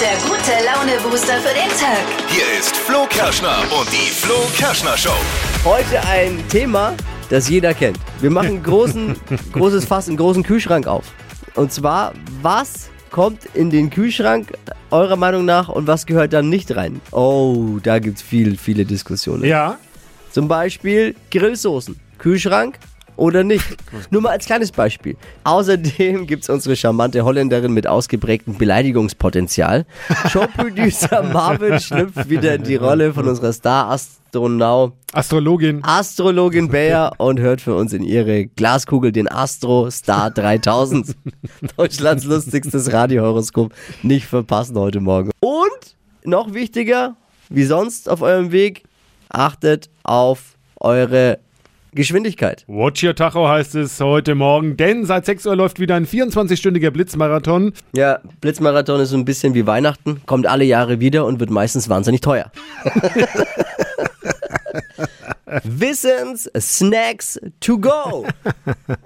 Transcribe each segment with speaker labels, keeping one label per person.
Speaker 1: der gute Laune-Booster für den Tag.
Speaker 2: Hier ist Flo Kerschner und die Flo Kerschner Show.
Speaker 3: Heute ein Thema, das jeder kennt. Wir machen einen großen, großes Fass, einen großen Kühlschrank auf. Und zwar, was kommt in den Kühlschrank eurer Meinung nach und was gehört dann nicht rein? Oh, da gibt's viel, viele Diskussionen.
Speaker 4: Ja,
Speaker 3: Zum Beispiel Grillsoßen. Kühlschrank oder nicht? Nur mal als kleines Beispiel. Außerdem gibt's unsere charmante Holländerin mit ausgeprägtem Beleidigungspotenzial. Showproducer Marvin schlüpft wieder in die Rolle von unserer Star-Astronaut
Speaker 4: Astrologin.
Speaker 3: Ah. Astrologin Bayer und hört für uns in ihre Glaskugel den Astro Star 3000. Deutschlands lustigstes Radiohoroskop. Nicht verpassen heute Morgen. Und noch wichtiger, wie sonst auf eurem Weg, achtet auf eure Geschwindigkeit.
Speaker 4: Watch your Tacho heißt es heute Morgen, denn seit 6 Uhr läuft wieder ein 24-stündiger Blitzmarathon.
Speaker 3: Ja, Blitzmarathon ist so ein bisschen wie Weihnachten, kommt alle Jahre wieder und wird meistens wahnsinnig teuer. Wissens, Snacks to go.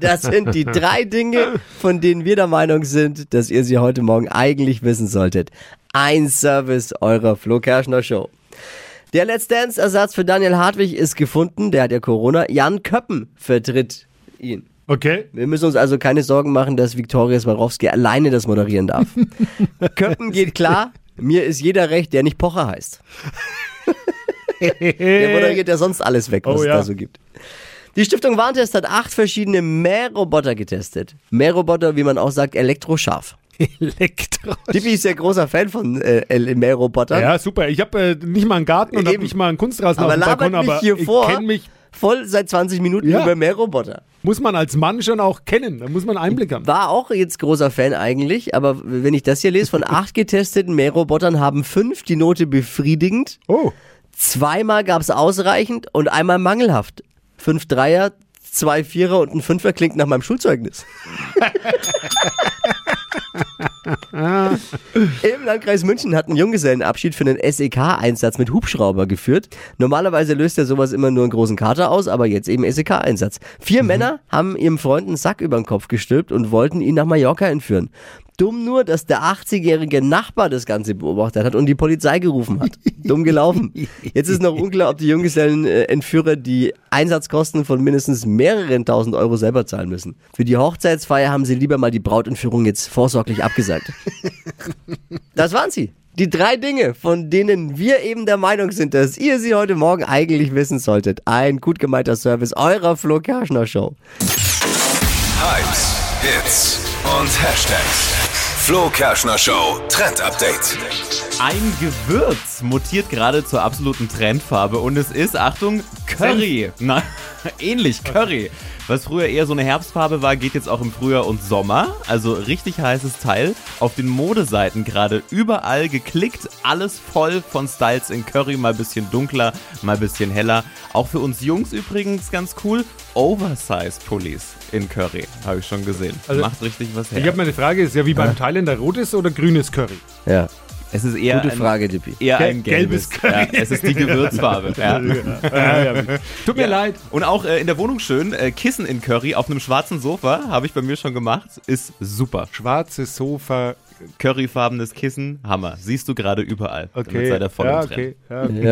Speaker 3: Das sind die drei Dinge, von denen wir der Meinung sind, dass ihr sie heute Morgen eigentlich wissen solltet. Ein Service eurer Flo Kerschner Show. Der Let's Dance Ersatz für Daniel Hartwig ist gefunden, der hat ja Corona. Jan Köppen vertritt ihn.
Speaker 4: Okay.
Speaker 3: Wir müssen uns also keine Sorgen machen, dass Viktoria Swarovski alleine das moderieren darf. Köppen geht klar, mir ist jeder recht, der nicht Pocher heißt. Der moderiert ja sonst alles weg, was
Speaker 4: Oh
Speaker 3: es
Speaker 4: ja.
Speaker 3: da so gibt. Die Stiftung Warntest hat acht verschiedene Mähroboter getestet. Mähroboter, wie man auch sagt, elektroscharf.
Speaker 4: Elektro.
Speaker 3: Tippi ist ja großer Fan von äh, El- Mährobotern.
Speaker 4: Ja, super. Ich habe äh, nicht mal einen Garten und habe
Speaker 3: Eben.
Speaker 4: nicht mal einen Kunstrasen
Speaker 3: aber
Speaker 4: auf dem
Speaker 3: labert
Speaker 4: Balkon,
Speaker 3: mich
Speaker 4: aber
Speaker 3: hier
Speaker 4: ich
Speaker 3: vor,
Speaker 4: kenn mich,
Speaker 3: voll seit 20 Minuten
Speaker 4: Ja.
Speaker 3: über Mähroboter.
Speaker 4: muss man als Mann schon auch kennen. Da muss man Einblick haben.
Speaker 3: War auch jetzt großer Fan eigentlich, aber wenn ich das hier lese, von acht getesteten Mährobotern haben fünf die Note befriedigend,
Speaker 4: Oh.
Speaker 3: zweimal gab es ausreichend und einmal mangelhaft. Fünf Dreier, zwei Vierer und ein Fünfer klingt nach meinem Schulzeugnis. Im Landkreis München hat ein Junggesellenabschied für einen SEK-Einsatz mit Hubschrauber geführt. Normalerweise löst er sowas immer nur einen großen Kater aus, aber jetzt eben SEK-Einsatz. Vier Männer haben ihrem Freund einen Sack über den Kopf gestülpt und wollten ihn nach Mallorca entführen. Dumm nur, dass der 80-jährige Nachbar das Ganze beobachtet hat und die Polizei gerufen hat. Dumm gelaufen. Jetzt ist noch unklar, ob die Junggesellenentführer die Einsatzkosten von mindestens mehreren tausend Euro selber zahlen müssen. Für die Hochzeitsfeier haben sie lieber mal die Brautentführung jetzt vorsorglich abgesagt. Das waren sie. Die drei Dinge, von denen wir eben der Meinung sind, dass ihr sie heute Morgen eigentlich wissen solltet. Ein gut gemeinter Service eurer Flo Kerschner Show.
Speaker 2: Hypes, Hits und Hashtags. Flo Kerschner Show Trend Update.
Speaker 5: Ein Gewürz mutiert gerade zur absoluten Trendfarbe und es ist, Achtung, Curry. Nein, ähnlich, Curry. Was früher eher so eine Herbstfarbe war, geht jetzt auch im Frühjahr und Sommer. Also richtig heißes Teil. Auf den Modeseiten gerade überall geklickt. Alles voll von Styles in Curry. Mal bisschen dunkler, mal bisschen heller. Auch für uns Jungs übrigens ganz cool. Oversize-Pullis in Curry. Habe ich schon gesehen.
Speaker 4: Also,
Speaker 5: Macht richtig was
Speaker 4: Ich
Speaker 5: her.
Speaker 4: habe meine Frage, ist ja wie beim Thailänder rotes oder grünes Curry?
Speaker 3: Ja,
Speaker 5: Es ist eher
Speaker 3: gute
Speaker 5: ein-
Speaker 3: Frage, Dippi.
Speaker 6: E-
Speaker 5: Eher
Speaker 4: Gel-
Speaker 5: ein gelbes.
Speaker 4: gelbes Curry.
Speaker 5: Ja, es ist die Gewürzfarbe. Ja.
Speaker 4: Äh, Tut mir
Speaker 5: Ja.
Speaker 4: leid.
Speaker 5: Und auch äh, in der Wohnung schön, äh, Kissen in Curry auf einem schwarzen Sofa, habe ich bei mir schon gemacht, ist super.
Speaker 4: Schwarzes Sofa.
Speaker 5: Curryfarbenes Kissen, Hammer. Siehst du gerade überall. Damit
Speaker 4: Okay.
Speaker 5: sei der voll im
Speaker 4: ja,
Speaker 5: Trend.
Speaker 4: okay. Ja, okay.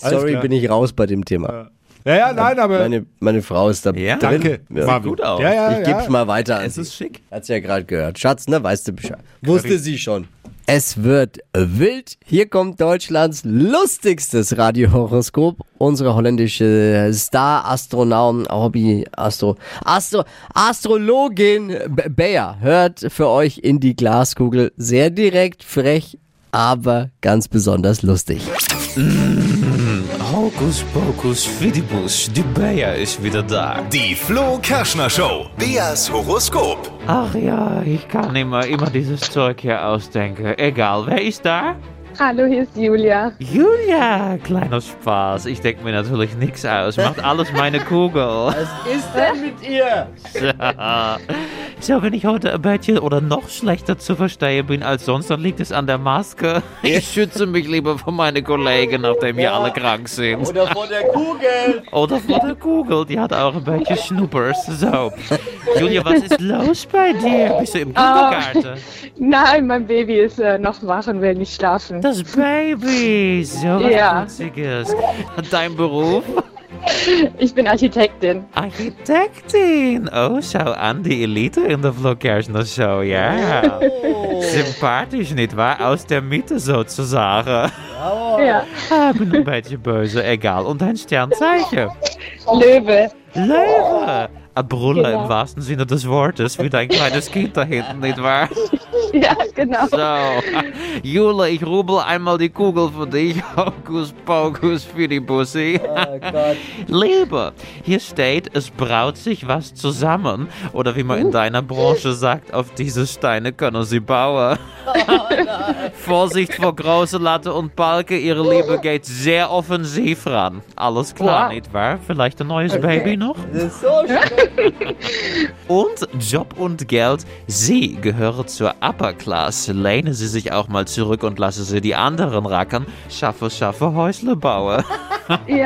Speaker 3: Ja. Sorry,
Speaker 4: klar.
Speaker 3: bin ich raus bei dem Thema.
Speaker 4: ja, ja, nein, aber
Speaker 3: Meine, meine Frau ist da
Speaker 5: Ja?
Speaker 3: drin.
Speaker 4: danke,
Speaker 3: Ja.
Speaker 4: Marvin.
Speaker 5: Gut aus.
Speaker 4: Ja, ja,
Speaker 3: Ich
Speaker 4: ja.
Speaker 3: geb's mal weiter an
Speaker 5: Es
Speaker 3: sie.
Speaker 5: ist schick.
Speaker 3: Hat's ja gerade gehört. Schatz, ne? Weißt du Bescheid. Wusste sie schon. Es wird wild. Hier kommt Deutschlands lustigstes Radiohoroskop. Unsere holländische Star-Astronauten, Hobby, Astro, Astro, Astrologin B- Bayer hört für euch in die Glaskugel. Sehr direkt, frech, aber ganz besonders lustig.
Speaker 7: Hokus pokus fidibus, die Bayer ist wieder da.
Speaker 2: Die Flo Kerschner Show. Beas Horoskop.
Speaker 6: Ach ja, ich kann immer, immer dieses Zeug hier ausdenken. Egal, wer ist da?
Speaker 8: Hallo, hier ist Julia.
Speaker 6: Julia, kleiner Spaß. Ich denke mir natürlich nichts aus. Macht alles meine Kugel.
Speaker 3: Was ist denn mit ihr?
Speaker 6: So. So, wenn ich heute ein bisschen oder noch schlechter zu verstehen bin als sonst, dann liegt es an der Maske. Ich schütze mich lieber vor meine Kollegen, nachdem wir alle krank sind. Oder vor der Kugel. Oder vor der Kugel, die hat auch ein bisschen Schnuppers. So, Julia, was ist los bei dir? Bist du im Kindergarten?
Speaker 8: Nein, mein Baby ist äh, noch wach und will nicht schlafen.
Speaker 6: Das Baby, so was
Speaker 8: Ja.
Speaker 6: Witziges. Dein Beruf?
Speaker 8: Ich bin Architektin.
Speaker 6: Architektin! Oh, schau an, die Elite in der Flo Kerschner Show, ja. Sympathisch, nicht wahr? Aus der Mitte sozusagen.
Speaker 8: Ja.
Speaker 6: Ah, bin ein beetje böse, egal. Und ein Sternzeichen.
Speaker 8: Löwe.
Speaker 6: Löwe! Ein Brüller
Speaker 8: Genau.
Speaker 6: im wahrsten Sinne des Wortes, wie dein kleines Kind da hinten, nicht wahr?
Speaker 8: Ja, genau.
Speaker 6: So, Jule, ich rubel einmal die Kugel für dich. Hokus pokus für die Bussi.
Speaker 3: Oh Gott.
Speaker 6: Liebe, hier steht, es braut sich was zusammen. Oder wie man
Speaker 8: Oh.
Speaker 6: in deiner Branche sagt, auf diese Steine können sie bauen.
Speaker 8: Oh,
Speaker 6: Vorsicht vor große Latte und Balken, ihre Liebe geht sehr offensiv ran. Alles
Speaker 8: Oh.
Speaker 6: klar,
Speaker 8: Wow.
Speaker 6: nicht wahr? Vielleicht ein neues Baby noch?
Speaker 3: Das ist so schön.
Speaker 6: Und Job und Geld, sie gehören zur Upper Class. Lehnen sie sich auch mal zurück und lassen sie die anderen rackern. Schaffe, schaffe, Häusle bauen.
Speaker 8: Ja.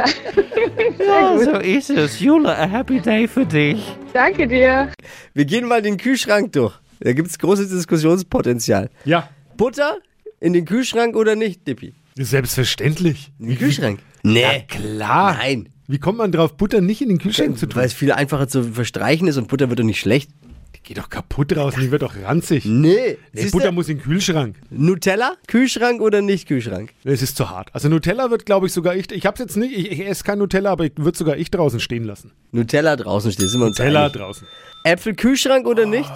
Speaker 6: Ja,
Speaker 8: gut.
Speaker 6: so ist es. Jule, a happy day für dich.
Speaker 8: Danke dir.
Speaker 3: Wir gehen mal den Kühlschrank durch. Da gibt es großes Diskussionspotenzial.
Speaker 4: Ja,
Speaker 3: Butter in den Kühlschrank oder nicht, Dippi?
Speaker 4: selbstverständlich.
Speaker 3: In den Kühlschrank? Nee.
Speaker 4: Klar.
Speaker 3: Nein. Äh,
Speaker 4: Wie kommt man drauf, Butter nicht in den Kühlschrank zu tun?
Speaker 3: Weil es viel einfacher zu verstreichen ist und Butter wird doch nicht schlecht.
Speaker 4: Die geht doch kaputt raus, die wird doch ranzig.
Speaker 3: Nee.
Speaker 4: Nee,
Speaker 3: Siehst
Speaker 4: Butter
Speaker 3: du?
Speaker 4: muss in den Kühlschrank.
Speaker 3: Nutella, Kühlschrank oder nicht Kühlschrank?
Speaker 4: Es ist zu hart. Also Nutella wird, glaube ich, sogar ich. Ich hab's jetzt nicht, ich, ich esse kein Nutella, aber ich würde sogar ich draußen stehen lassen.
Speaker 3: Nutella draußen steht, sind wir uns
Speaker 4: Nutella
Speaker 3: einig.
Speaker 4: draußen.
Speaker 3: Äpfel, Kühlschrank oder nicht?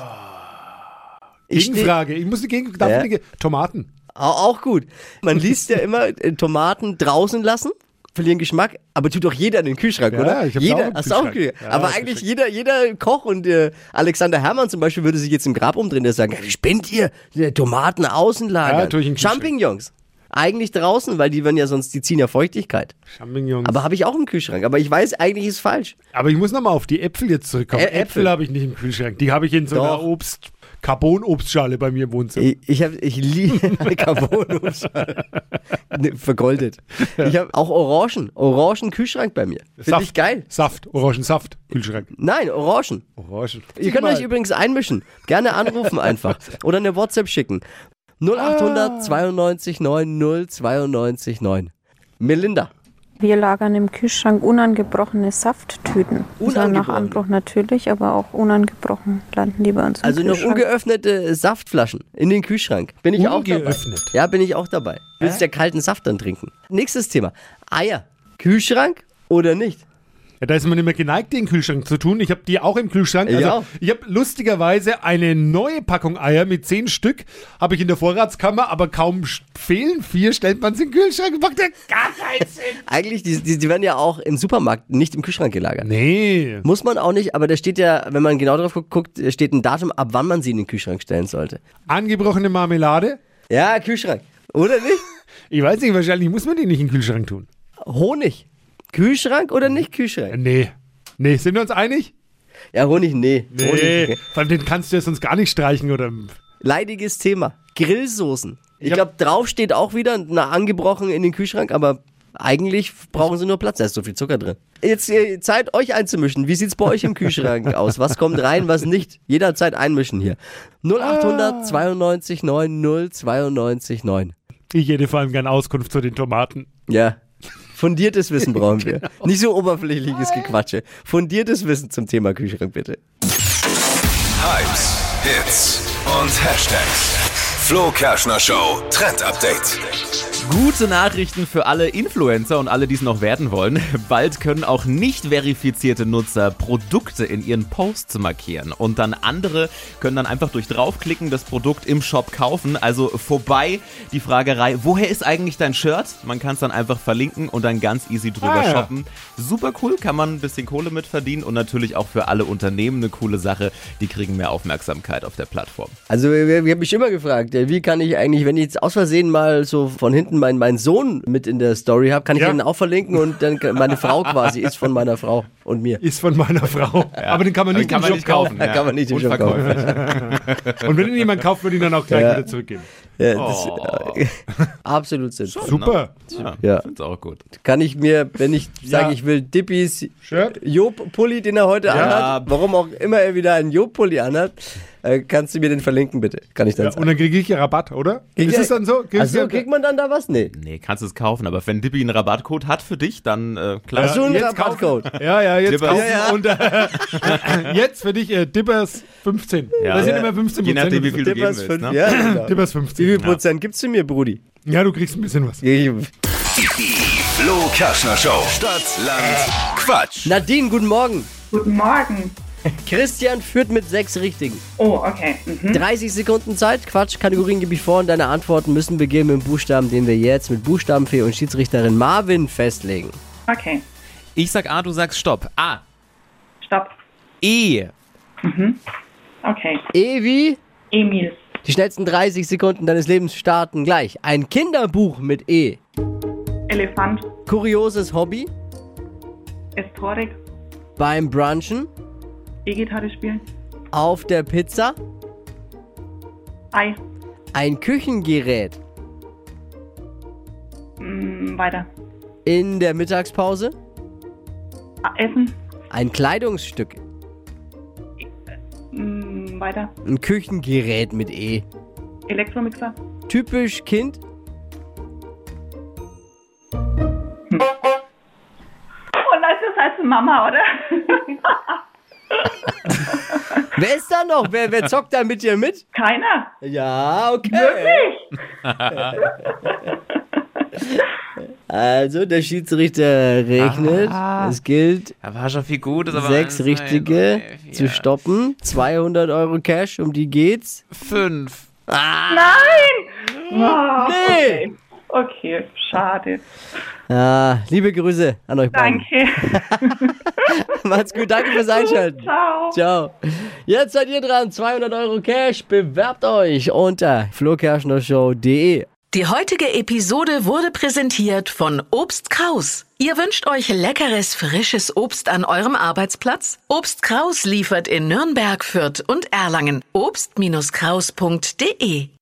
Speaker 3: Ich steh-
Speaker 4: Gegenfrage. Ich muss die Gegen darf
Speaker 3: Ja.
Speaker 4: ich die Ge- Tomaten.
Speaker 3: Au- Auch gut. Man liest ja immer, äh, Tomaten draußen lassen, verlieren Geschmack, aber tut doch jeder in den Kühlschrank,
Speaker 4: Ja,
Speaker 3: oder?
Speaker 4: ich hab's auch
Speaker 3: jeder,
Speaker 4: im
Speaker 3: hast du auch
Speaker 4: Kühlschrank.
Speaker 3: Kühlschrank.
Speaker 4: Ja,
Speaker 3: aber
Speaker 4: hab ich
Speaker 3: eigentlich jeder, jeder Koch und äh, Alexander Hermann zum Beispiel würde sich jetzt im Grab umdrehen, der sagen, "Ja, wie spinnt ihr? Die Tomaten außen
Speaker 4: Ja,
Speaker 3: lagern.
Speaker 4: tu ich in den Kühlschrank.
Speaker 3: Champignons. Eigentlich draußen, weil die werden ja sonst, die ziehen ja Feuchtigkeit.
Speaker 4: Champignons.
Speaker 3: Aber habe ich auch im Kühlschrank. Aber ich weiß, eigentlich ist falsch.
Speaker 4: Aber ich muss nochmal auf die Äpfel jetzt zurückkommen.
Speaker 3: Ä-
Speaker 4: Äpfel,
Speaker 3: Äpfel.
Speaker 4: habe ich nicht im Kühlschrank. Die habe ich in so einer
Speaker 3: Doch.
Speaker 4: Obst, Carbon-Obstschale bei mir im Wohnzimmer.
Speaker 3: Ich, ich, hab- ich liebe Carbonus. Ne, Vergoldet. Ich habe auch Orangen. Orangen-Kühlschrank bei mir. Finde ich geil.
Speaker 4: Saft, Orangensaft, Kühlschrank.
Speaker 3: Nein, Orangen.
Speaker 4: Orangen.
Speaker 3: Ihr könnt euch übrigens einmischen. Gerne anrufen einfach. Oder eine WhatsApp schicken. 0800 92 90 92 9. Melinda.
Speaker 9: Wir lagern im Kühlschrank unangebrochene Safttüten. Also nach
Speaker 3: Unangebrochen.
Speaker 9: Anbruch natürlich, aber auch unangebrochen landen die bei uns im
Speaker 3: Also noch
Speaker 9: Kühlschrank.
Speaker 3: ungeöffnete Saftflaschen in den Kühlschrank. Bin ich auch dabei.
Speaker 4: Ungeöffnet.
Speaker 3: Ja, bin ich auch dabei. Willst du ja kalten Saft dann trinken? Nächstes Thema. Eier. Kühlschrank oder nicht?
Speaker 4: Ja, da ist man immer geneigt, den Kühlschrank zu tun. Ich habe die auch im Kühlschrank.
Speaker 3: Ich
Speaker 4: Also,
Speaker 3: auch.
Speaker 4: Ich habe lustigerweise eine neue Packung Eier mit zehn Stück. Habe ich in der Vorratskammer, aber kaum sch- fehlen vier, stellt man sie in den Kühlschrank und packt ja gar keinen Sinn.
Speaker 3: Eigentlich, die, die, die werden ja auch im Supermarkt, nicht im Kühlschrank gelagert.
Speaker 4: Nee.
Speaker 3: Muss man auch nicht, aber da steht ja, wenn man genau drauf guckt, steht ein Datum, ab wann man sie in den Kühlschrank stellen sollte.
Speaker 4: Angebrochene Marmelade.
Speaker 3: Ja, Kühlschrank. Oder nicht?
Speaker 4: Ich weiß nicht, wahrscheinlich muss man die nicht in den Kühlschrank tun. Äh,
Speaker 3: Honig. Kühlschrank oder nicht Kühlschrank?
Speaker 4: Nee. Nee, sind wir uns einig?
Speaker 3: Ja, Honig, nee.
Speaker 4: Nee.
Speaker 3: Honig.
Speaker 4: Vor allem den kannst du ja sonst gar nicht streichen oder.
Speaker 3: Leidiges Thema. Grillsoßen. Ich
Speaker 4: Ja.
Speaker 3: glaube, drauf steht auch wieder na, angebrochen in den Kühlschrank, aber eigentlich brauchen sie nur Platz. Da ist so viel Zucker drin. Jetzt äh, Zeit, euch einzumischen. Wie sieht's bei euch im Kühlschrank aus? Was kommt rein, was nicht? Jederzeit einmischen hier.
Speaker 4: Ah.
Speaker 3: 0800 92 9 092 9.
Speaker 4: Ich hätte vor allem gern Auskunft zu den Tomaten.
Speaker 3: Ja. Fundiertes Wissen brauchen wir. Nicht so oberflächliches Gequatsche. Fundiertes Wissen zum Thema Kühlschrank, bitte.
Speaker 2: Hypes, Hits und Hashtags. Flo Kerschner Show Trend Update.
Speaker 5: Gute Nachrichten für alle Influencer und alle, die es noch werden wollen. Bald können auch nicht verifizierte Nutzer Produkte in ihren Posts markieren. Und dann andere können dann einfach durch draufklicken das Produkt im Shop kaufen. Also vorbei die Fragerei, woher ist eigentlich dein Shirt? Man kann es dann einfach verlinken und dann ganz easy drüber
Speaker 4: Ah, ja.
Speaker 5: shoppen. Super cool, kann man ein bisschen Kohle mit verdienen und natürlich auch für alle Unternehmen eine coole Sache. Die kriegen mehr Aufmerksamkeit auf der Plattform.
Speaker 3: Also, ich habe mich immer gefragt, äh, wie kann ich eigentlich, wenn ich jetzt aus Versehen mal so von hinten meinen mein Sohn mit in der Story habe, kann ich
Speaker 4: Ja.
Speaker 3: den auch verlinken und dann kann- meine Frau quasi ist von meiner Frau und mir.
Speaker 4: Ist von meiner Frau. Aber den kann man
Speaker 5: Den
Speaker 4: nicht
Speaker 5: kann
Speaker 4: im
Speaker 5: man
Speaker 4: Shop
Speaker 5: nicht kaufen.
Speaker 3: Da kann man nicht im Shop kaufen.
Speaker 5: Unverkäuflich.
Speaker 4: Und wenn ihn jemand kauft, würde ich ihn dann auch gleich wieder zurückgeben.
Speaker 3: Ja, das, äh, absolut sinnvoll.
Speaker 4: Super.
Speaker 3: Ja.
Speaker 5: Find's auch gut.
Speaker 3: Kann ich mir, wenn ich sage,
Speaker 4: Ja.
Speaker 3: ich will Dippis
Speaker 4: Shirt.
Speaker 3: Job-Pulli, den er heute anhat, warum auch immer er wieder einen Job-Pulli anhat, äh, kannst du mir den verlinken, bitte? Kann ich dann
Speaker 4: Ja,
Speaker 3: sagen.
Speaker 4: und dann kriege ich ja Rabatt, oder?
Speaker 3: Kriegt
Speaker 4: ist
Speaker 3: er-
Speaker 4: es dann so? Kriegst
Speaker 3: Ach so,
Speaker 4: du-
Speaker 3: kriegt man dann da was? Nee.
Speaker 5: Nee, kannst es kaufen, aber wenn Dippy einen Rabattcode hat für dich, dann äh, klar.
Speaker 3: Ach so, ein
Speaker 4: jetzt
Speaker 3: Rabattcode.
Speaker 4: Ja, ja, jetzt
Speaker 5: Dippers.
Speaker 4: kaufen.
Speaker 5: Ja,
Speaker 3: ja.
Speaker 4: Und äh, jetzt für dich äh, Dippers 15.
Speaker 5: Ja.
Speaker 4: Da sind
Speaker 5: Ja.
Speaker 4: immer 15
Speaker 5: Je nachdem, wie viel du geben
Speaker 3: Dippers
Speaker 5: willst.
Speaker 3: fünf-
Speaker 5: ne?
Speaker 3: ja, genau. Wie
Speaker 4: Dippers 15.
Speaker 3: viel Prozent gibst du mir, Brudi?
Speaker 4: Ja, du kriegst ein bisschen was.
Speaker 3: Ich-
Speaker 2: Die Flo Kaschner Show. Stadt, Land, Quatsch.
Speaker 3: Nadine, guten Morgen.
Speaker 10: Guten Morgen.
Speaker 3: Christian führt mit sechs Richtigen.
Speaker 10: Oh, okay.
Speaker 4: Hm?
Speaker 10: Mhm.
Speaker 3: 30 Sekunden Zeit, Quatsch, Kategoriengebiet vor und deine Antworten müssen beginnen mit dem Buchstaben, den wir jetzt mit Buchstabenfee und Schiedsrichterin Marvin festlegen.
Speaker 10: Okay.
Speaker 5: Ich sag A, du sagst Stopp. A.
Speaker 10: Stopp.
Speaker 5: E.
Speaker 10: Okay.
Speaker 3: Evi,
Speaker 10: Emil.
Speaker 3: die schnellsten 30 Sekunden deines Lebens starten gleich. Ein Kinderbuch mit E.
Speaker 10: Elefant.
Speaker 3: Kurioses Hobby.
Speaker 10: Estorik.
Speaker 3: Beim Brunchen.
Speaker 10: E-Gitarre spielen.
Speaker 3: Auf der Pizza.
Speaker 10: Ei.
Speaker 3: Ein Küchengerät.
Speaker 10: Mm, weiter.
Speaker 3: In der Mittagspause.
Speaker 10: Ah, Essen.
Speaker 3: Ein Kleidungsstück.
Speaker 10: Mm, weiter.
Speaker 3: Ein Küchengerät mit E.
Speaker 10: Elektromixer.
Speaker 3: Typisch Kind.
Speaker 10: Oh nein, das heißt Mama, oder?
Speaker 3: Wer ist da noch? Wer, wer zockt da mit dir mit?
Speaker 10: Keiner.
Speaker 3: Ja, okay. Also, der Schiedsrichter rechnet. Es gilt,
Speaker 6: Da war schon viel Gutes, aber.
Speaker 3: sechs
Speaker 6: eins, zwei,
Speaker 3: Richtige
Speaker 6: drei, vier,
Speaker 3: zu stoppen. 200 Euro Cash, um die geht's.
Speaker 6: Fünf.
Speaker 10: Ah,
Speaker 3: Nee.
Speaker 10: Okay. okay, schade.
Speaker 3: Ah, liebe Grüße an euch beiden.
Speaker 10: Danke.
Speaker 3: Macht's gut, danke fürs Einschalten.
Speaker 10: Ciao.
Speaker 3: Ciao. Jetzt seid ihr dran. 200 Euro Cash. Bewerbt euch unter flokerschnershow.de.
Speaker 11: Die heutige Episode wurde präsentiert von Obst Kraus. Ihr wünscht euch leckeres, frisches Obst an eurem Arbeitsplatz? Obst Kraus liefert in Nürnberg, Fürth und Erlangen. Obst-Kraus.de